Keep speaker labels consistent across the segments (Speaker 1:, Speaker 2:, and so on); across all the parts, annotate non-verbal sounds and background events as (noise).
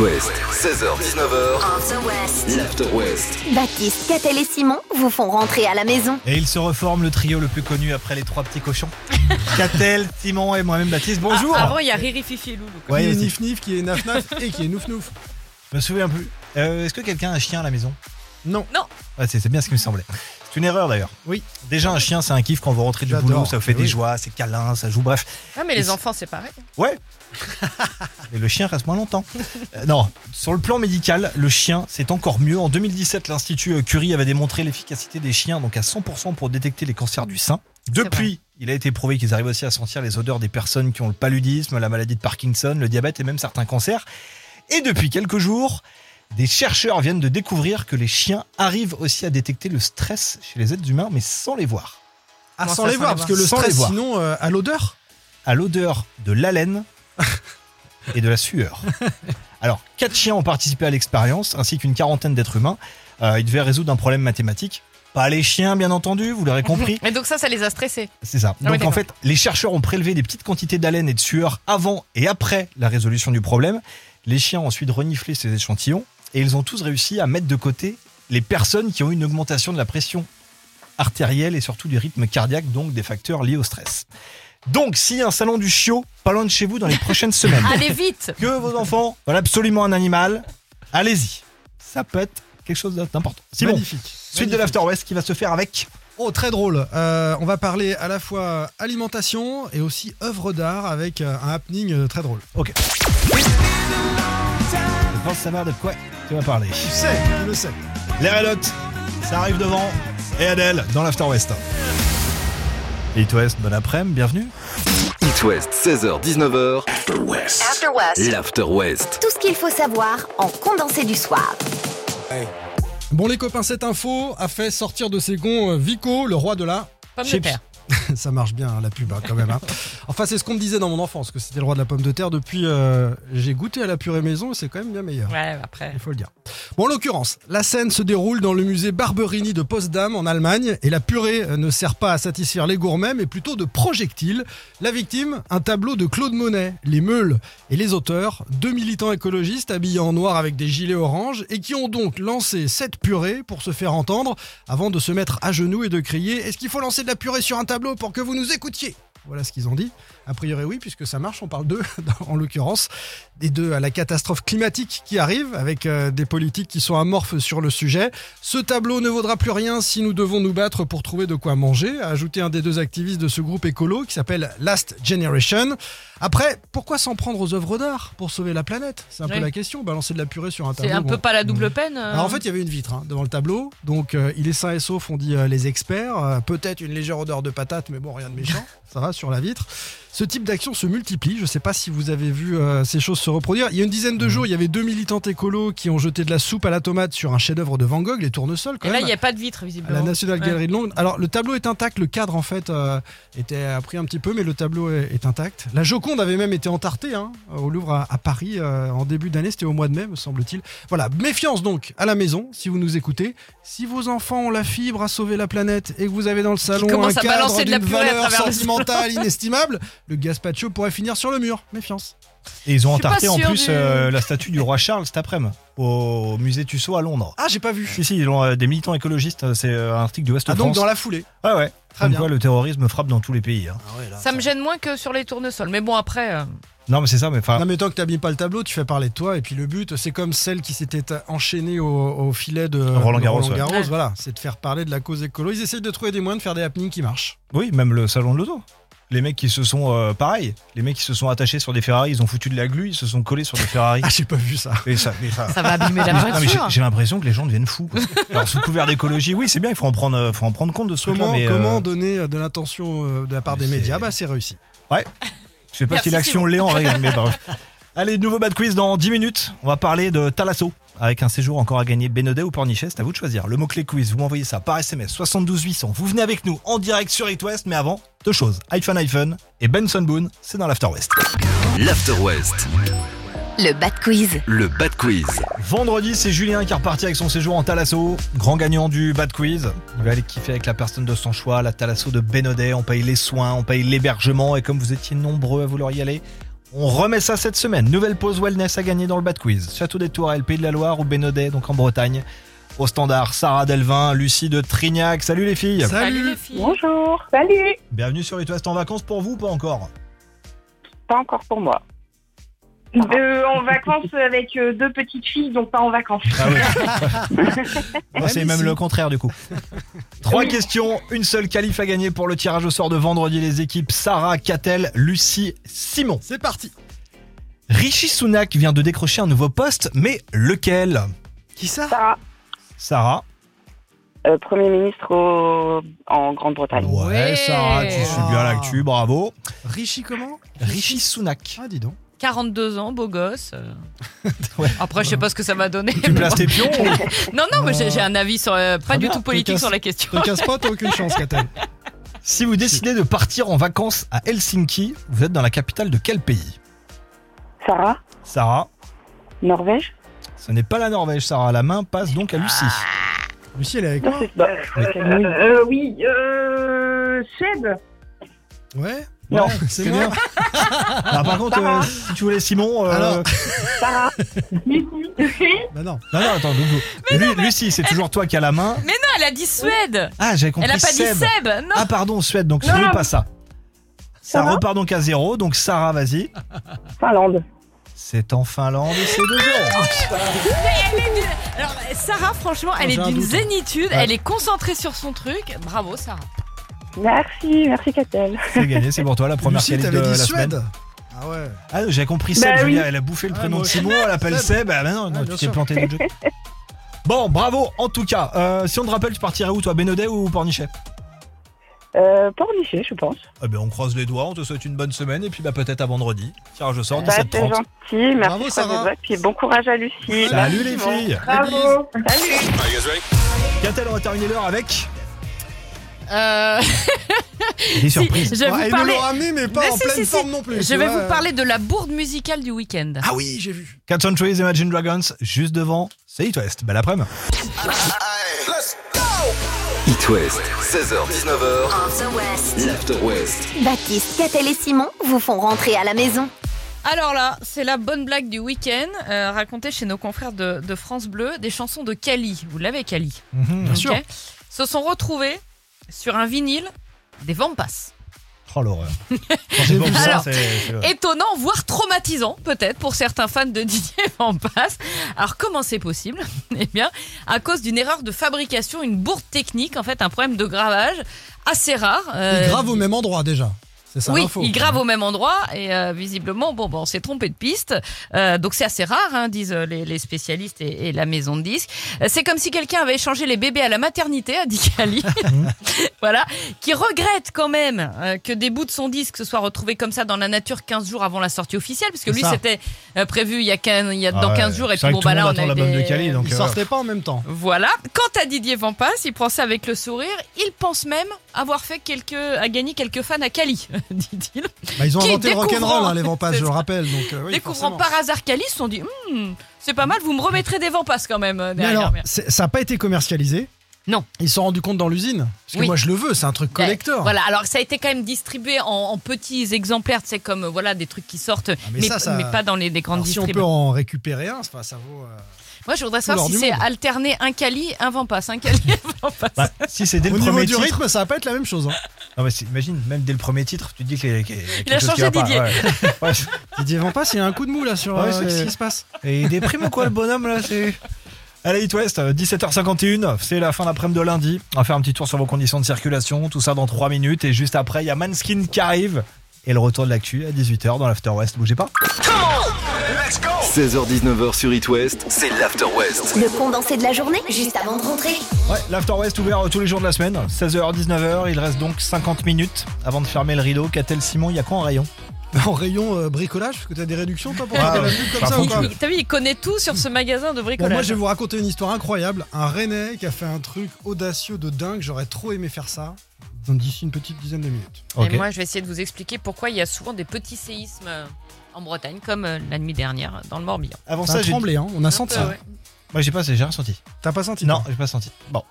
Speaker 1: West, 16h-19h,
Speaker 2: After West.
Speaker 1: l'After West.
Speaker 2: Baptiste, Catel et Simon vous font rentrer à la maison.
Speaker 3: Et il se reforme le trio le plus connu après les trois petits cochons. (laughs) Catel, Simon et moi-même Baptiste, bonjour
Speaker 4: Ah, avant, il y a Riri, Fifi et euh. Loulou. quoi.
Speaker 3: Ouais,
Speaker 5: qui est
Speaker 3: aussi.
Speaker 5: Nif Nif, qui est Naf Naf et qui est Nouf Nouf.
Speaker 3: Je me souviens plus. Euh, Est-ce que quelqu'un a un chien à la maison
Speaker 5: Non.
Speaker 4: Non.
Speaker 3: Ouais, c'est c'est bien ce qui me semblait. C'est une erreur d'ailleurs.
Speaker 5: Oui.
Speaker 3: Déjà un chien c'est un kiff quand vous rentrez du
Speaker 5: J'adore.
Speaker 3: boulot, ça vous fait
Speaker 5: Mais
Speaker 3: des
Speaker 5: oui.
Speaker 3: joies, c'est câlin, ça joue, bref.
Speaker 4: Ah, mais les enfants, c'est pareil.
Speaker 3: Ouais Mais le chien reste moins longtemps. Euh, non, sur le plan médical, le chien, c'est encore mieux. En 2017, l'Institut euh, Curie avait démontré l'efficacité des chiens donc à 100% pour détecter les cancers du sein. Depuis, il a été prouvé qu'ils arrivent aussi à sentir les odeurs des personnes qui ont le paludisme, la maladie de Parkinson, le diabète et même certains cancers. Et depuis quelques jours, des chercheurs viennent de découvrir que les chiens arrivent aussi à détecter le stress chez les êtres humains, mais sans les voir.
Speaker 5: (laughs) Ah,
Speaker 4: Comment
Speaker 5: sans
Speaker 4: ça,
Speaker 5: les
Speaker 4: sans
Speaker 5: voir,
Speaker 4: les
Speaker 5: parce
Speaker 4: voir
Speaker 5: que le
Speaker 3: Sans les
Speaker 5: stress,
Speaker 3: voir.
Speaker 5: sinon, euh, à l'odeur.
Speaker 3: à l'odeur de l'haleine et de la sueur. Alors, quatre chiens ont participé à l'expérience, ainsi qu'une quarantaine d'êtres humains. Euh, ils devaient résoudre un problème mathématique. Pas les chiens, bien entendu, vous l'aurez compris.
Speaker 4: Et donc, ça, ça les a stressés.
Speaker 3: C'est ça.
Speaker 4: Ah oui,
Speaker 3: Donc en
Speaker 4: d'accord.
Speaker 3: fait, les chercheurs ont prélevé des petites quantités d'haleine et de sueur avant et après la résolution du problème. Les chiens ont ensuite reniflé ces échantillons et ils ont tous réussi à mettre de côté les personnes qui ont eu une augmentation de la pression artérielle et surtout du rythme cardiaque, donc des facteurs liés au stress. Donc, s'il y a un salon du chiot pas loin de chez vous
Speaker 4: (laughs)
Speaker 3: dans les prochaines semaines,
Speaker 4: Allez vite
Speaker 3: que vos enfants veulent absolument un animal, allez-y. Ça peut être quelque chose d'important. Simon,
Speaker 5: Magnifique.
Speaker 3: suite de l'After West qui va se faire avec.
Speaker 5: Oh, très drôle. Euh, on va parler à la fois alimentation et aussi œuvre d'art avec euh, un happening euh, très drôle.
Speaker 3: Ok. Je pense savoir de quoi tu vas parler.
Speaker 5: Tu sais, tu le sais.
Speaker 3: Les Relotes, ça arrive devant. Et Adèle dans l'After West. It West, bon après-midi, bienvenue.
Speaker 1: It West, 16h-19h,
Speaker 2: After West.
Speaker 1: l'After West.
Speaker 2: Tout ce qu'il faut savoir en condensé du soir.
Speaker 5: Bon, les copains, cette info a fait sortir de ses gonds euh, Vico, le roi de la.
Speaker 4: (laughs) Pomme de
Speaker 3: Chips.
Speaker 4: terre.
Speaker 5: (laughs) Ça marche bien hein, la pub hein,
Speaker 4: (laughs)
Speaker 5: quand même. hein. Enfin, c'est ce qu'on me disait dans mon enfance, que c'était le roi de la pomme de terre. Depuis, euh, j'ai goûté à la purée maison, c'est quand même bien meilleur.
Speaker 4: Ouais, après.
Speaker 5: Il faut le dire. Bon, en l'occurrence, la scène se déroule dans le musée Barberini de Potsdam en Allemagne et la purée euh, ne sert pas à satisfaire les gourmets mais plutôt de projectiles. La victime, un tableau de Claude Monet, les meules et les auteurs, deux militants écologistes habillés en noir avec des gilets orange et qui ont donc lancé cette purée pour se faire entendre avant de se mettre à genoux et de crier Est-ce qu'il faut lancer de la purée sur un tableau pour que vous nous écoutiez voilà ce qu'ils ont dit. A priori, oui, puisque ça marche. On parle d'eux, (laughs) en l'occurrence, et de à la catastrophe climatique qui arrive, avec euh, des politiques qui sont amorphes sur le sujet. Ce tableau ne vaudra plus rien si nous devons nous battre pour trouver de quoi manger, a ajouté un des deux activistes de ce groupe écolo qui s'appelle Last Generation. Après, pourquoi s'en prendre aux œuvres d'art pour sauver la planète C'est un peu
Speaker 4: Oui.
Speaker 5: la question. Balancer de la purée sur un tableau.
Speaker 4: C'est un
Speaker 5: bon.
Speaker 4: peu pas la double peine. euh.
Speaker 5: Alors en fait, il y avait une vitre hein, devant le tableau. Donc, euh, il est sain et sauf, on dit euh, les experts. Euh, Peut-être une légère odeur de patate, mais bon, rien
Speaker 4: (laughs)
Speaker 5: de méchant. Ça va sur la vitre. Ce type d'action se multiplie. Je ne sais pas si vous avez vu euh, ces choses se reproduire. Il y a une dizaine
Speaker 4: Mm.
Speaker 5: de jours, il y avait deux militantes écolos qui ont jeté de la soupe à la tomate sur un chef-d'œuvre de Van Gogh, les tournesols, quand
Speaker 4: Et là,
Speaker 5: même.
Speaker 4: il n'y a pas de vitre,
Speaker 5: à la
Speaker 4: visiblement.
Speaker 5: National
Speaker 4: Ouais.
Speaker 5: Gallery de Londres. Alors le tableau est intact, le cadre en fait euh, était appris un petit peu, mais le tableau est, est intact. La Joconde avait même été entartée hein, au Louvre à, à Paris euh, en début d'année, c'était au mois de mai me semble-t-il. Voilà, méfiance donc à la maison si vous nous écoutez. Si vos enfants ont la fibre à sauver la planète et que vous avez dans le salon un
Speaker 4: commencent à
Speaker 5: cadre
Speaker 4: balancer
Speaker 5: d'une
Speaker 4: de la purée à
Speaker 5: valeur
Speaker 4: travers le
Speaker 5: sentimentale inestimable, le gazpacho pourrait finir sur le mur. Méfiance.
Speaker 3: Et ils ont
Speaker 4: Je suis pas
Speaker 3: entarté en
Speaker 4: sûre
Speaker 3: plus
Speaker 4: du-
Speaker 3: euh, la statue du roi Charles cet après-midi au musée Tussaud à Londres.
Speaker 5: Ah j'ai pas vu.
Speaker 3: Si, si, ils ont, euh, des militants écologistes, euh, c'est euh, un article du West
Speaker 5: Ah donc
Speaker 3: France.
Speaker 5: dans la foulée.
Speaker 3: Ouais, ouais.
Speaker 5: Très
Speaker 3: Comme
Speaker 5: bien.
Speaker 3: quoi, le terrorisme frappe dans tous les pays. hein.
Speaker 4: Ça me gêne moins que sur les tournesols. Mais bon, après. euh,
Speaker 3: Non, mais c'est ça, mais enfin,
Speaker 5: Non mais tant que t'abîmes pas le tableau, tu fais parler de toi et puis le but, c'est comme celle qui s'était enchaînée au, au filet de
Speaker 3: Roland Garros,
Speaker 5: de
Speaker 4: ouais. Ouais.
Speaker 5: voilà, c'est de faire parler de la cause écolo. Ils essayent de trouver des moyens de faire des happenings qui marchent.
Speaker 3: Oui, même le salon de l'auto. Les mecs qui se sont, euh, pareil, les mecs qui se sont attachés sur des Ferrari, ils ont foutu de la glu, ils se sont collés sur des Ferrari.
Speaker 5: Ah (laughs) j'ai pas vu ça.
Speaker 3: Et ça, mais ça-
Speaker 4: Ça va abîmer la
Speaker 3: Non, mais j'ai
Speaker 4: voiture.
Speaker 3: j'ai l'impression que les gens deviennent
Speaker 4: (laughs)
Speaker 3: fous. Alors sous couvert d'écologie, oui, c'est bien, il faut en prendre, euh, faut en prendre compte de ce
Speaker 5: Comment,
Speaker 3: truc-là. mais, euh,
Speaker 5: comment donner euh, de l'attention euh, de la part
Speaker 3: mais
Speaker 5: des médias
Speaker 3: c'est-
Speaker 5: Bah c'est réussi.
Speaker 3: je sais pas
Speaker 4: Merci,
Speaker 3: si l'action
Speaker 4: Simon.
Speaker 3: l'est en règle, mais
Speaker 4: (laughs)
Speaker 3: bref. Allez, nouveau bad quiz dans 10 minutes. On va parler de Talasso avec un séjour encore à gagner. Bénodet ou Pornichet, c'est à vous de choisir. Le mot-clé quiz, vous m'envoyez ça par SMS 72 800. Vous venez avec nous en direct sur It West, mais avant, deux choses. iPhone iPhone et Benson Boone, c'est dans l'After West.
Speaker 1: L'After West,
Speaker 2: Le Bat Quiz.
Speaker 1: le Bad Quiz.
Speaker 3: Vendredi, c'est Julien qui est reparti avec son séjour en Thalasso, grand gagnant du Bad Quiz. Il va aller kiffer avec la personne de son choix, la Thalasso de Bénodet. On paye les soins, on paye l'hébergement et comme vous étiez nombreux à vouloir y aller, On remet ça cette semaine. Nouvelle pause wellness à gagner dans le Bad Quiz. Château des Tourelles, Pays de la Loire ou Bénodet, donc en Bretagne. Au standard, Sarah Delvin, Lucie de Trignac. Salut les filles.
Speaker 4: Salut les filles.
Speaker 6: Bonjour, salut.
Speaker 3: Bienvenue sur East en vacances pour vous, ou pas encore.
Speaker 6: Pas encore pour moi. Euh, en vacances avec euh, deux petites filles, donc pas en vacances.
Speaker 3: Ah oui. Moi,
Speaker 5: Ouais,
Speaker 3: Ah, c'est
Speaker 5: mais
Speaker 3: même
Speaker 5: si.
Speaker 3: le contraire du coup. Trois questions, une seule qualif à gagner pour le tirage au sort de vendredi. Les équipes Sarah, Catel, Lucie, Simon.
Speaker 5: C'est parti.
Speaker 3: Richie Sunak vient de décrocher un nouveau poste, mais lequel
Speaker 5: Qui ça
Speaker 6: Sarah,
Speaker 3: Sarah.
Speaker 6: euh, Premier ministre au- en Grande-Bretagne.
Speaker 3: Ouais,
Speaker 4: Ouais.
Speaker 3: Sarah, tu suis bien l'actu, bravo.
Speaker 5: Richie comment
Speaker 3: Richie Sunak.
Speaker 5: Ah dis donc.
Speaker 4: 42 ans, beau gosse. euh.
Speaker 3: Ouais.
Speaker 4: Après, je sais pas ce que ça va donner.
Speaker 3: Tu
Speaker 4: mais
Speaker 3: places
Speaker 4: bon.
Speaker 3: tes
Speaker 5: (laughs)
Speaker 3: pions ou-
Speaker 4: Non, non, mais j'ai j'ai un avis sur, euh, pas
Speaker 5: Très
Speaker 4: du
Speaker 5: bien,
Speaker 4: tout politique
Speaker 5: t'es
Speaker 4: sur la question.
Speaker 5: Te casse pas, t'as aucune chance, Katel.
Speaker 3: Si vous décidez de partir en vacances à Helsinki, vous êtes dans la capitale de quel pays
Speaker 6: Sarah,
Speaker 3: Sarah,
Speaker 6: Norvège
Speaker 3: ce n'est pas la Norvège, Sarah. La main passe donc à Lucie.
Speaker 4: Ah.
Speaker 5: Lucie, elle est avec
Speaker 6: Non,
Speaker 5: moi.
Speaker 6: c'est- bah, euh, Oui, euh, Suède.
Speaker 5: Ouais.
Speaker 3: Non,
Speaker 5: Ouais,
Speaker 3: c'est bien.
Speaker 5: (laughs)
Speaker 3: Ah, par contre, euh, si tu voulais Simon. euh,
Speaker 5: Alors-
Speaker 6: Sarah,
Speaker 5: (laughs)
Speaker 6: Lucie.
Speaker 5: Bah non.
Speaker 3: Non, non, attends. donc, Lu- Lucie, c'est toujours toi qui as la main.
Speaker 4: Mais non, elle a dit Suède.
Speaker 3: Ah, j'avais compris.
Speaker 4: Elle a pas
Speaker 3: Seb.
Speaker 4: dit Seb. Non.
Speaker 3: Ah, pardon, Suède. Donc, ce
Speaker 6: Non,
Speaker 3: n'est
Speaker 6: non.
Speaker 3: pas ça. Ça repart donc à zéro. Donc, Sarah, vas-y.
Speaker 6: Finlande.
Speaker 3: C'est en Finlande et c'est deux euros.
Speaker 4: Alors, Sarah, franchement, elle
Speaker 5: j'ai
Speaker 4: est
Speaker 5: un
Speaker 4: d'une
Speaker 5: doute. hein.
Speaker 4: zénitude.
Speaker 5: Ouais.
Speaker 4: Elle est concentrée sur son truc. Bravo, Sarah.
Speaker 6: Merci, merci Catel.
Speaker 3: C'est gagné, c'est pour toi la première
Speaker 5: Lucie,
Speaker 3: qualif de
Speaker 5: t'avais dit
Speaker 3: la
Speaker 5: Suède.
Speaker 3: semaine.
Speaker 5: Ah ouais.
Speaker 3: Ah, j'avais compris Seb,
Speaker 6: Bah
Speaker 3: je veux
Speaker 6: oui.
Speaker 3: dire, elle a bouffé le
Speaker 5: Ah,
Speaker 3: prénom
Speaker 5: moi
Speaker 3: de
Speaker 5: aussi.
Speaker 3: Simon,
Speaker 5: (laughs)
Speaker 3: elle appelle
Speaker 5: Seb.
Speaker 3: Seb. Ah, bah non, non,
Speaker 5: Ah, bien
Speaker 3: tu t'es
Speaker 5: sûr.
Speaker 3: planté
Speaker 5: (laughs)
Speaker 3: du jeu. Bon, bravo, en tout cas. Euh, si on te rappelle, tu partirais où, toi, Bénodet ou Pornichet
Speaker 6: Euh, Pornichet, je pense.
Speaker 3: Eh ben, on croise les doigts, on te souhaite une bonne semaine et puis bah, peut-être à vendredi. Tirage au sort,
Speaker 6: Bah, c'est
Speaker 3: 17h30.
Speaker 6: gentil, merci.
Speaker 5: Bravo,
Speaker 6: je croise
Speaker 5: Sarah.
Speaker 6: les doigts, Puis bon courage à Lucie.
Speaker 3: Salut
Speaker 6: Merci,
Speaker 3: les
Speaker 6: bon.
Speaker 3: filles
Speaker 6: Bravo. Salut.
Speaker 3: Catel, on va terminer l'heure avec
Speaker 4: Euh,
Speaker 3: des surprises.
Speaker 4: je vais
Speaker 5: Ouais,
Speaker 4: vous
Speaker 5: ils nous
Speaker 4: parler.
Speaker 5: l'ont ramené, mais pas
Speaker 4: Mais
Speaker 5: en
Speaker 4: si,
Speaker 5: pleine
Speaker 4: si, si.
Speaker 5: forme non plus.
Speaker 4: Je
Speaker 5: tu
Speaker 4: vais
Speaker 5: vois.
Speaker 4: vous parler de la bourde musicale du week-end.
Speaker 5: Ah oui, j'ai vu.
Speaker 3: Cat Trees, Imagine Dragons, juste devant, c'est It West. Belle après-midi.
Speaker 1: It West, 16h-19h, l'After West.
Speaker 2: Baptiste, Catel et Simon vous font rentrer à la maison.
Speaker 4: Alors là, c'est la bonne blague du week-end, euh, racontée chez nos confrères de, de France Bleu, des chansons de Cali. Vous l'avez, Cali
Speaker 3: Mhm.
Speaker 4: ok
Speaker 5: sûr.
Speaker 4: Se sont retrouvés sur un vinyle des Vampas.
Speaker 3: Oh
Speaker 5: (laughs)
Speaker 3: l'horreur. Quand c'est
Speaker 5: vu
Speaker 3: bon,
Speaker 5: ça.
Speaker 3: ça,
Speaker 4: Alors,
Speaker 3: c'est- c'est-
Speaker 5: (laughs)
Speaker 4: Étonnant, voire traumatisant, peut-être, pour certains fans de Didier (laughs) Vampas. Alors, comment c'est possible (laughs) Eh bien, à cause d'une erreur de fabrication, une bourde technique, en fait, un problème de gravage assez rare.
Speaker 5: Ils
Speaker 4: euh,
Speaker 5: gravent au même endroit déjà. C'est ça
Speaker 4: oui,
Speaker 5: l'info.
Speaker 4: ils gravent au même endroit et euh, visiblement, bon, bon, on s'est trompé de piste. Euh, donc c'est assez rare, hein, disent euh, les, les spécialistes et, et la maison de disques. Euh, C'est comme si quelqu'un avait échangé les bébés à la maternité, a dit Cali.
Speaker 3: Mhm.
Speaker 4: (laughs) voilà, qui regrette quand même euh, que des bouts de son disque se soient retrouvés comme ça dans la nature 15 jours avant la sortie officielle, parce que
Speaker 5: C'est
Speaker 4: lui
Speaker 5: ça.
Speaker 4: c'était euh, prévu il y a, 15 il y a dans
Speaker 3: Ah ouais.
Speaker 4: 15 jours et
Speaker 3: C'est vrai
Speaker 4: puis bon
Speaker 3: que tout
Speaker 4: bah
Speaker 3: le
Speaker 4: là
Speaker 3: monde attend
Speaker 4: on a
Speaker 3: la
Speaker 4: eu
Speaker 3: bombe
Speaker 4: des-
Speaker 3: de Cali, donc
Speaker 5: Ils
Speaker 3: euh,
Speaker 5: sortaient pas en même temps.
Speaker 4: voilà. Quant à Didier Vampas, il prend ça avec le sourire. Il pense même avoir fait quelques, a gagné quelques fans à Cali, (laughs) dit-il.
Speaker 5: Bah, ils ont
Speaker 4: Qui
Speaker 5: inventé le
Speaker 4: découvrant-
Speaker 5: rock'n'roll, hein, les vampasses,
Speaker 4: C'est
Speaker 5: je le
Speaker 4: ça.
Speaker 5: rappelle. Donc, euh, oui,
Speaker 4: Découvrant
Speaker 5: forcément.
Speaker 4: par hasard Cali, ils se sont dit Hmm, c'est pas mal, vous me remettrez des Vampas quand même. euh,
Speaker 5: Mais
Speaker 4: derrière.
Speaker 5: alors, c'est- ça n'a pas été commercialisé.
Speaker 4: Non.
Speaker 5: Ils se sont rendus compte dans l'usine. Parce que
Speaker 4: Oui. Ben,
Speaker 5: moi, je le veux, c'est un truc collector.
Speaker 4: Voilà, alors ça a été quand même distribué en, en petits exemplaires, c'est comme euh, voilà des trucs qui sortent,
Speaker 5: Ah, mais
Speaker 4: mais,
Speaker 5: ça, ça-
Speaker 4: mais pas dans les, les grandes
Speaker 5: Alors, si on peut
Speaker 4: distributions.
Speaker 5: en récupérer un, enfin, ça vaut. euh,
Speaker 4: Moi, je voudrais savoir
Speaker 5: l'or
Speaker 4: si
Speaker 5: du
Speaker 4: c'est
Speaker 5: monde.
Speaker 4: alterner un Cali, un Vampas, un
Speaker 5: (laughs)
Speaker 4: Cali, un Vampas.
Speaker 3: bah, si c'est dès le
Speaker 5: Au niveau
Speaker 3: premier
Speaker 5: du
Speaker 3: titre,
Speaker 5: rythme, ça va pas être la même chose. hein.
Speaker 3: non, mais c'est- imagine même dès le premier titre, tu te dis que les- qu'il y a quelque
Speaker 4: a
Speaker 3: chose qui
Speaker 4: changé
Speaker 3: va pas,
Speaker 4: Didier.
Speaker 3: ouais. (laughs) Ouais.
Speaker 5: Didier Vampas, il y a un coup de mou là sur
Speaker 3: Ouais,
Speaker 5: euh,
Speaker 3: c'est-
Speaker 5: ce qui se passe.
Speaker 3: Et il déprime ou quoi le bonhomme là c'est... Allez, It West, euh, 17h51, c'est la fin d'après-midi de lundi. On va faire un petit tour sur vos conditions de circulation, tout ça dans 3 minutes. Et juste après, il y a Manskin qui arrive. Et le retour de l'actu à 18h dans l'After West. Bougez pas.
Speaker 1: 16h-19h sur It West, c'est l'After West.
Speaker 2: Le condensé de la journée, juste avant de rentrer.
Speaker 3: Ouais, l'After West ouvert euh, tous les jours de la semaine, 16h, 19h. Il reste donc 50 minutes avant de fermer le rideau. Qu'a-t-elle Simon Il y a quoi en rayon
Speaker 5: (laughs) En rayon euh, bricolage, parce que t'as des réductions toi pour
Speaker 3: Ah,
Speaker 5: faire de la
Speaker 3: ouais.
Speaker 5: pub
Speaker 3: Par
Speaker 5: comme ça ou
Speaker 3: contre,
Speaker 5: quoi
Speaker 3: oui.
Speaker 4: Il- T'as vu, il connaît tout sur ce magasin de
Speaker 5: Bon,
Speaker 4: bricolage.
Speaker 5: moi, je vais vous raconter une histoire incroyable. Un Rennais qui a fait un truc audacieux de dingue. J'aurais trop aimé faire ça. Donc, D'ici une petite dizaine de minutes.
Speaker 4: Et moi, je vais essayer de vous expliquer pourquoi il y a souvent des petits séismes euh, en Bretagne, comme euh, la nuit dernière dans le Morbihan.
Speaker 3: Avant
Speaker 5: Ça
Speaker 3: ça,
Speaker 5: a
Speaker 3: j'ai...
Speaker 5: tremblé, hein. on a senti.
Speaker 4: Euh, ouais.
Speaker 3: Moi, j'ai pas, j'ai rien senti.
Speaker 5: T'as pas senti
Speaker 3: Non,
Speaker 5: toi
Speaker 3: j'ai pas senti. Bon.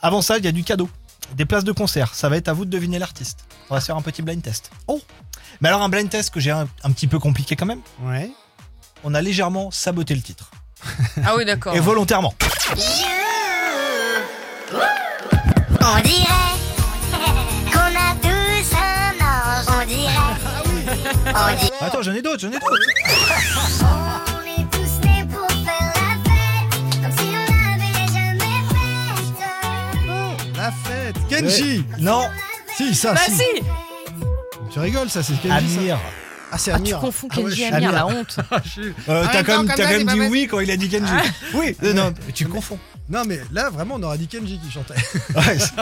Speaker 3: Avant ça, il y a du cadeau. des places de concert. Ça va être à vous de deviner l'artiste. On va se faire un petit blind test. Oh Mais alors, un blind test que j'ai un, un petit peu compliqué quand même.
Speaker 5: Ouais.
Speaker 3: On a légèrement saboté le titre.
Speaker 4: Ah oui, d'accord.
Speaker 3: Et volontairement.
Speaker 7: On dirait qu'on a tous un ange. On dirait, on dirait.
Speaker 3: Attends, j'en ai d'autres, j'en ai d'autres.
Speaker 7: On est tous nés pour faire la fête, comme si on n'avait jamais fait.
Speaker 5: La fête. Kenji.
Speaker 3: Non,
Speaker 5: Si, ça,
Speaker 4: Bah
Speaker 5: si.
Speaker 4: si
Speaker 5: Tu rigoles, ça, c'est Kenji.
Speaker 3: Amir.
Speaker 5: ça. Ah, c'est
Speaker 4: Ah, tu
Speaker 5: Amir.
Speaker 4: confonds
Speaker 5: Ah ouais,
Speaker 4: Kenji
Speaker 5: je
Speaker 4: et
Speaker 5: suis
Speaker 4: Amir, la
Speaker 5: Amir.
Speaker 4: honte.
Speaker 3: Euh,
Speaker 5: Ah,
Speaker 3: t'as
Speaker 5: non,
Speaker 3: quand même,
Speaker 5: comme
Speaker 3: t'as
Speaker 5: ça,
Speaker 3: quand
Speaker 5: c'est
Speaker 3: même
Speaker 5: pas
Speaker 3: dit
Speaker 5: facile.
Speaker 3: oui quand il a dit Kenji. Oui, euh, non, tu confonds.
Speaker 5: Non, mais là, vraiment, on aurait dit Kenji qui chantait.
Speaker 3: Ouais, c'est-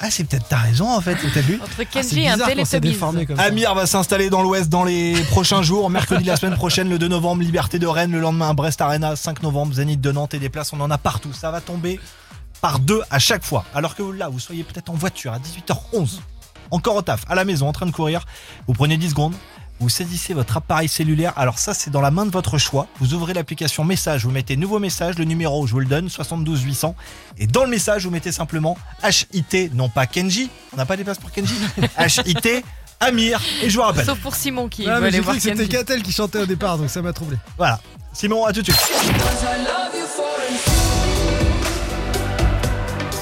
Speaker 3: ah, c'est peut-être ta raison en fait, c'est peut-être lui.
Speaker 4: Entre
Speaker 5: Ah, c'est
Speaker 4: Kenji et un
Speaker 5: bizarre quand c'est
Speaker 4: Teletubbies.
Speaker 5: déformé comme ça.
Speaker 3: Amir va s'installer dans l'Ouest dans les
Speaker 5: (laughs)
Speaker 3: prochains jours. Mercredi la semaine prochaine, le 2 novembre, Liberté de Rennes. Le lendemain, Brest Arena. 5 novembre, Zénith de Nantes et des places. On en a partout. Ça va tomber par deux à chaque fois. Alors que là, vous soyez peut-être en voiture à 18h11, encore au taf, à la maison, en train de courir. Vous prenez 10 secondes. Vous saisissez votre appareil cellulaire. Alors ça, c'est dans la main de votre choix. Vous ouvrez l'application message. Vous mettez nouveau message. Le numéro, je vous le donne, 72 800. Et dans le message, vous mettez simplement HIT, non pas Kenji. On n'a pas des places pour Kenji. HIT, Amir. Et je vous rappelle.
Speaker 4: Sauf pour Simon qui
Speaker 5: Ah,
Speaker 4: veut
Speaker 5: mais
Speaker 4: aller
Speaker 5: j'ai
Speaker 4: voir
Speaker 5: cru que c'était
Speaker 4: Kenji.
Speaker 5: Catel qui chantait au départ, donc ça m'a troublé.
Speaker 3: Voilà. Simon, à tout de suite.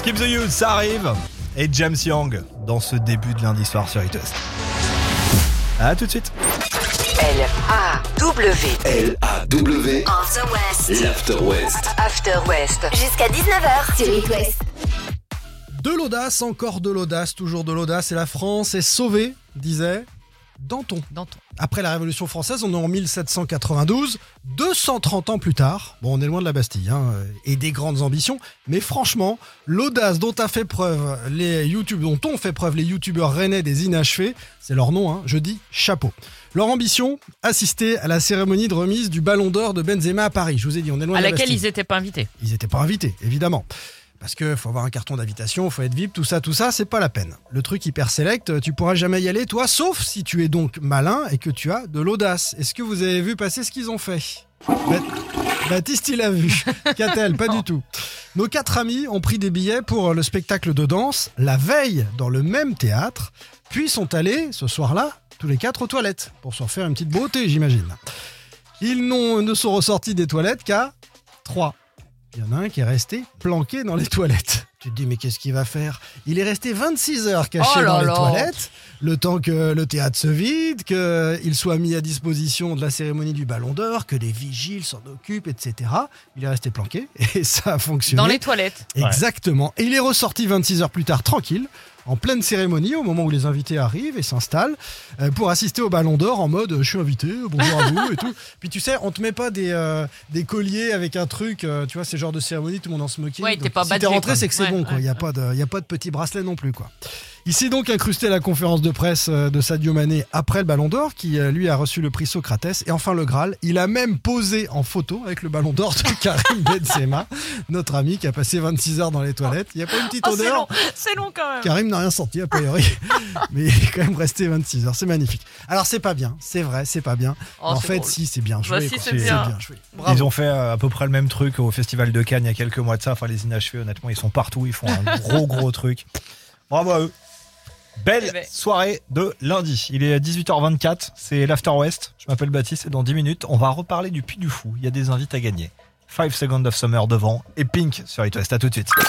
Speaker 3: Skip the Youth, ça arrive. Et James Young dans ce début de lundi soir sur EatWest. À tout de suite.
Speaker 8: L-A-W.
Speaker 1: L-A-W,
Speaker 2: On the West.
Speaker 1: l'After West.
Speaker 8: After West.
Speaker 2: Jusqu'à 19h sur It West.
Speaker 5: De l'audace, encore de l'audace, toujours de l'audace, et la France est sauvée, disait Danton.
Speaker 4: Dans ton-
Speaker 5: Après la Révolution française, on est en 1792, 230 ans plus tard. Bon, on est loin de la Bastille, hein, et des grandes ambitions, mais franchement, l'audace dont a fait preuve les YouTube, dont ont fait preuve les youtubeurs rennais des inachevés, c'est leur nom, hein, je dis chapeau. Leur ambition, assister à la cérémonie de remise du Ballon d'Or de Benzema à Paris. Je vous ai dit, on est loin
Speaker 4: à
Speaker 5: de la
Speaker 4: laquelle
Speaker 5: Bastille.
Speaker 4: ils n'étaient pas invités.
Speaker 5: Ils n'étaient pas invités, évidemment. Parce que faut avoir un carton d'invitation, faut être VIP, tout ça, tout ça, c'est pas la peine. Le truc hyper select, tu pourras jamais y aller, toi, sauf si tu es donc malin et que tu as de l'audace. Est-ce que vous avez vu passer ce qu'ils ont fait Ba- Baptiste, il a vu. Catel, pas
Speaker 4: Oh.
Speaker 5: du tout. Nos quatre amis ont pris des billets pour le spectacle de danse la veille dans le même théâtre, puis sont allés ce soir-là, tous les quatre aux toilettes, pour se refaire une petite beauté, j'imagine. Ils n'ont- ne sont ressortis des toilettes qu'à trois. Il y en a un qui est resté planqué dans les toilettes. Tu te dis, mais qu'est-ce qu'il va faire Il est resté 26 heures caché
Speaker 4: Oh là
Speaker 5: dans les
Speaker 4: là.
Speaker 5: toilettes, le temps que le théâtre se vide, qu'il soit mis à disposition de la cérémonie du Ballon d'Or, que les vigiles s'en occupent, etc. Il est resté planqué (laughs) et ça a fonctionné.
Speaker 4: Dans les toilettes.
Speaker 3: Ouais.
Speaker 5: Exactement. Et il est ressorti 26 heures plus tard, tranquille, en pleine cérémonie, au moment où les invités arrivent et s'installent, euh, pour assister au Ballon d'Or en mode euh, Je suis invité, euh, bonjour à vous
Speaker 4: (laughs)
Speaker 5: et tout. Puis tu sais, on te met pas des, euh, des colliers avec un truc, euh, tu vois, ces genres de cérémonie, tout le monde en smoking.
Speaker 4: Ouais,
Speaker 5: Donc,
Speaker 4: t'es pas
Speaker 5: si
Speaker 4: badgé,
Speaker 5: t'es rentré,
Speaker 4: quoi.
Speaker 5: c'est que c'est
Speaker 4: Ouais,
Speaker 5: bon, quoi. Il
Speaker 4: ouais,
Speaker 5: n'y a, pas de- y a pas de petit bracelet non plus, quoi. Il s'est donc incrusté à la conférence de presse euh, de Sadio Mané après le Ballon d'Or, qui euh, lui a reçu le prix Socrates. Et enfin le Graal, il a même posé en photo avec le Ballon d'Or de (laughs) Karim Benzema, notre ami qui a passé 26 heures dans les toilettes. Il n'y a pas une petite
Speaker 4: Oh, c'est long,
Speaker 5: odeur
Speaker 4: c'est long quand même.
Speaker 5: Karim n'a rien senti a
Speaker 4: (laughs)
Speaker 5: priori, mais il est quand même resté 26 heures. C'est magnifique. Alors c'est pas bien, c'est vrai, c'est pas bien.
Speaker 4: Oh,
Speaker 5: en
Speaker 4: c'est
Speaker 5: fait,
Speaker 4: drôle.
Speaker 5: si c'est bien joué,
Speaker 4: si,
Speaker 5: quoi.
Speaker 4: c'est bien.
Speaker 5: joué.
Speaker 3: Ils ont fait euh, à peu près le même truc au Festival de Cannes il y a quelques mois de ça. Enfin, les inachevés, honnêtement, ils sont partout. Ils font
Speaker 4: (laughs)
Speaker 3: un gros, gros truc. Bravo à eux.
Speaker 4: Eh
Speaker 3: Belle
Speaker 4: ben.
Speaker 3: soirée de lundi. Il est 18h24. C'est l'After West. Je m'appelle Baptiste et dans 10 minutes, on va reparler du Puy du Fou. Il y a des invites à gagner. 5 Seconds of Summer devant et Pink sur It West. À tout de suite.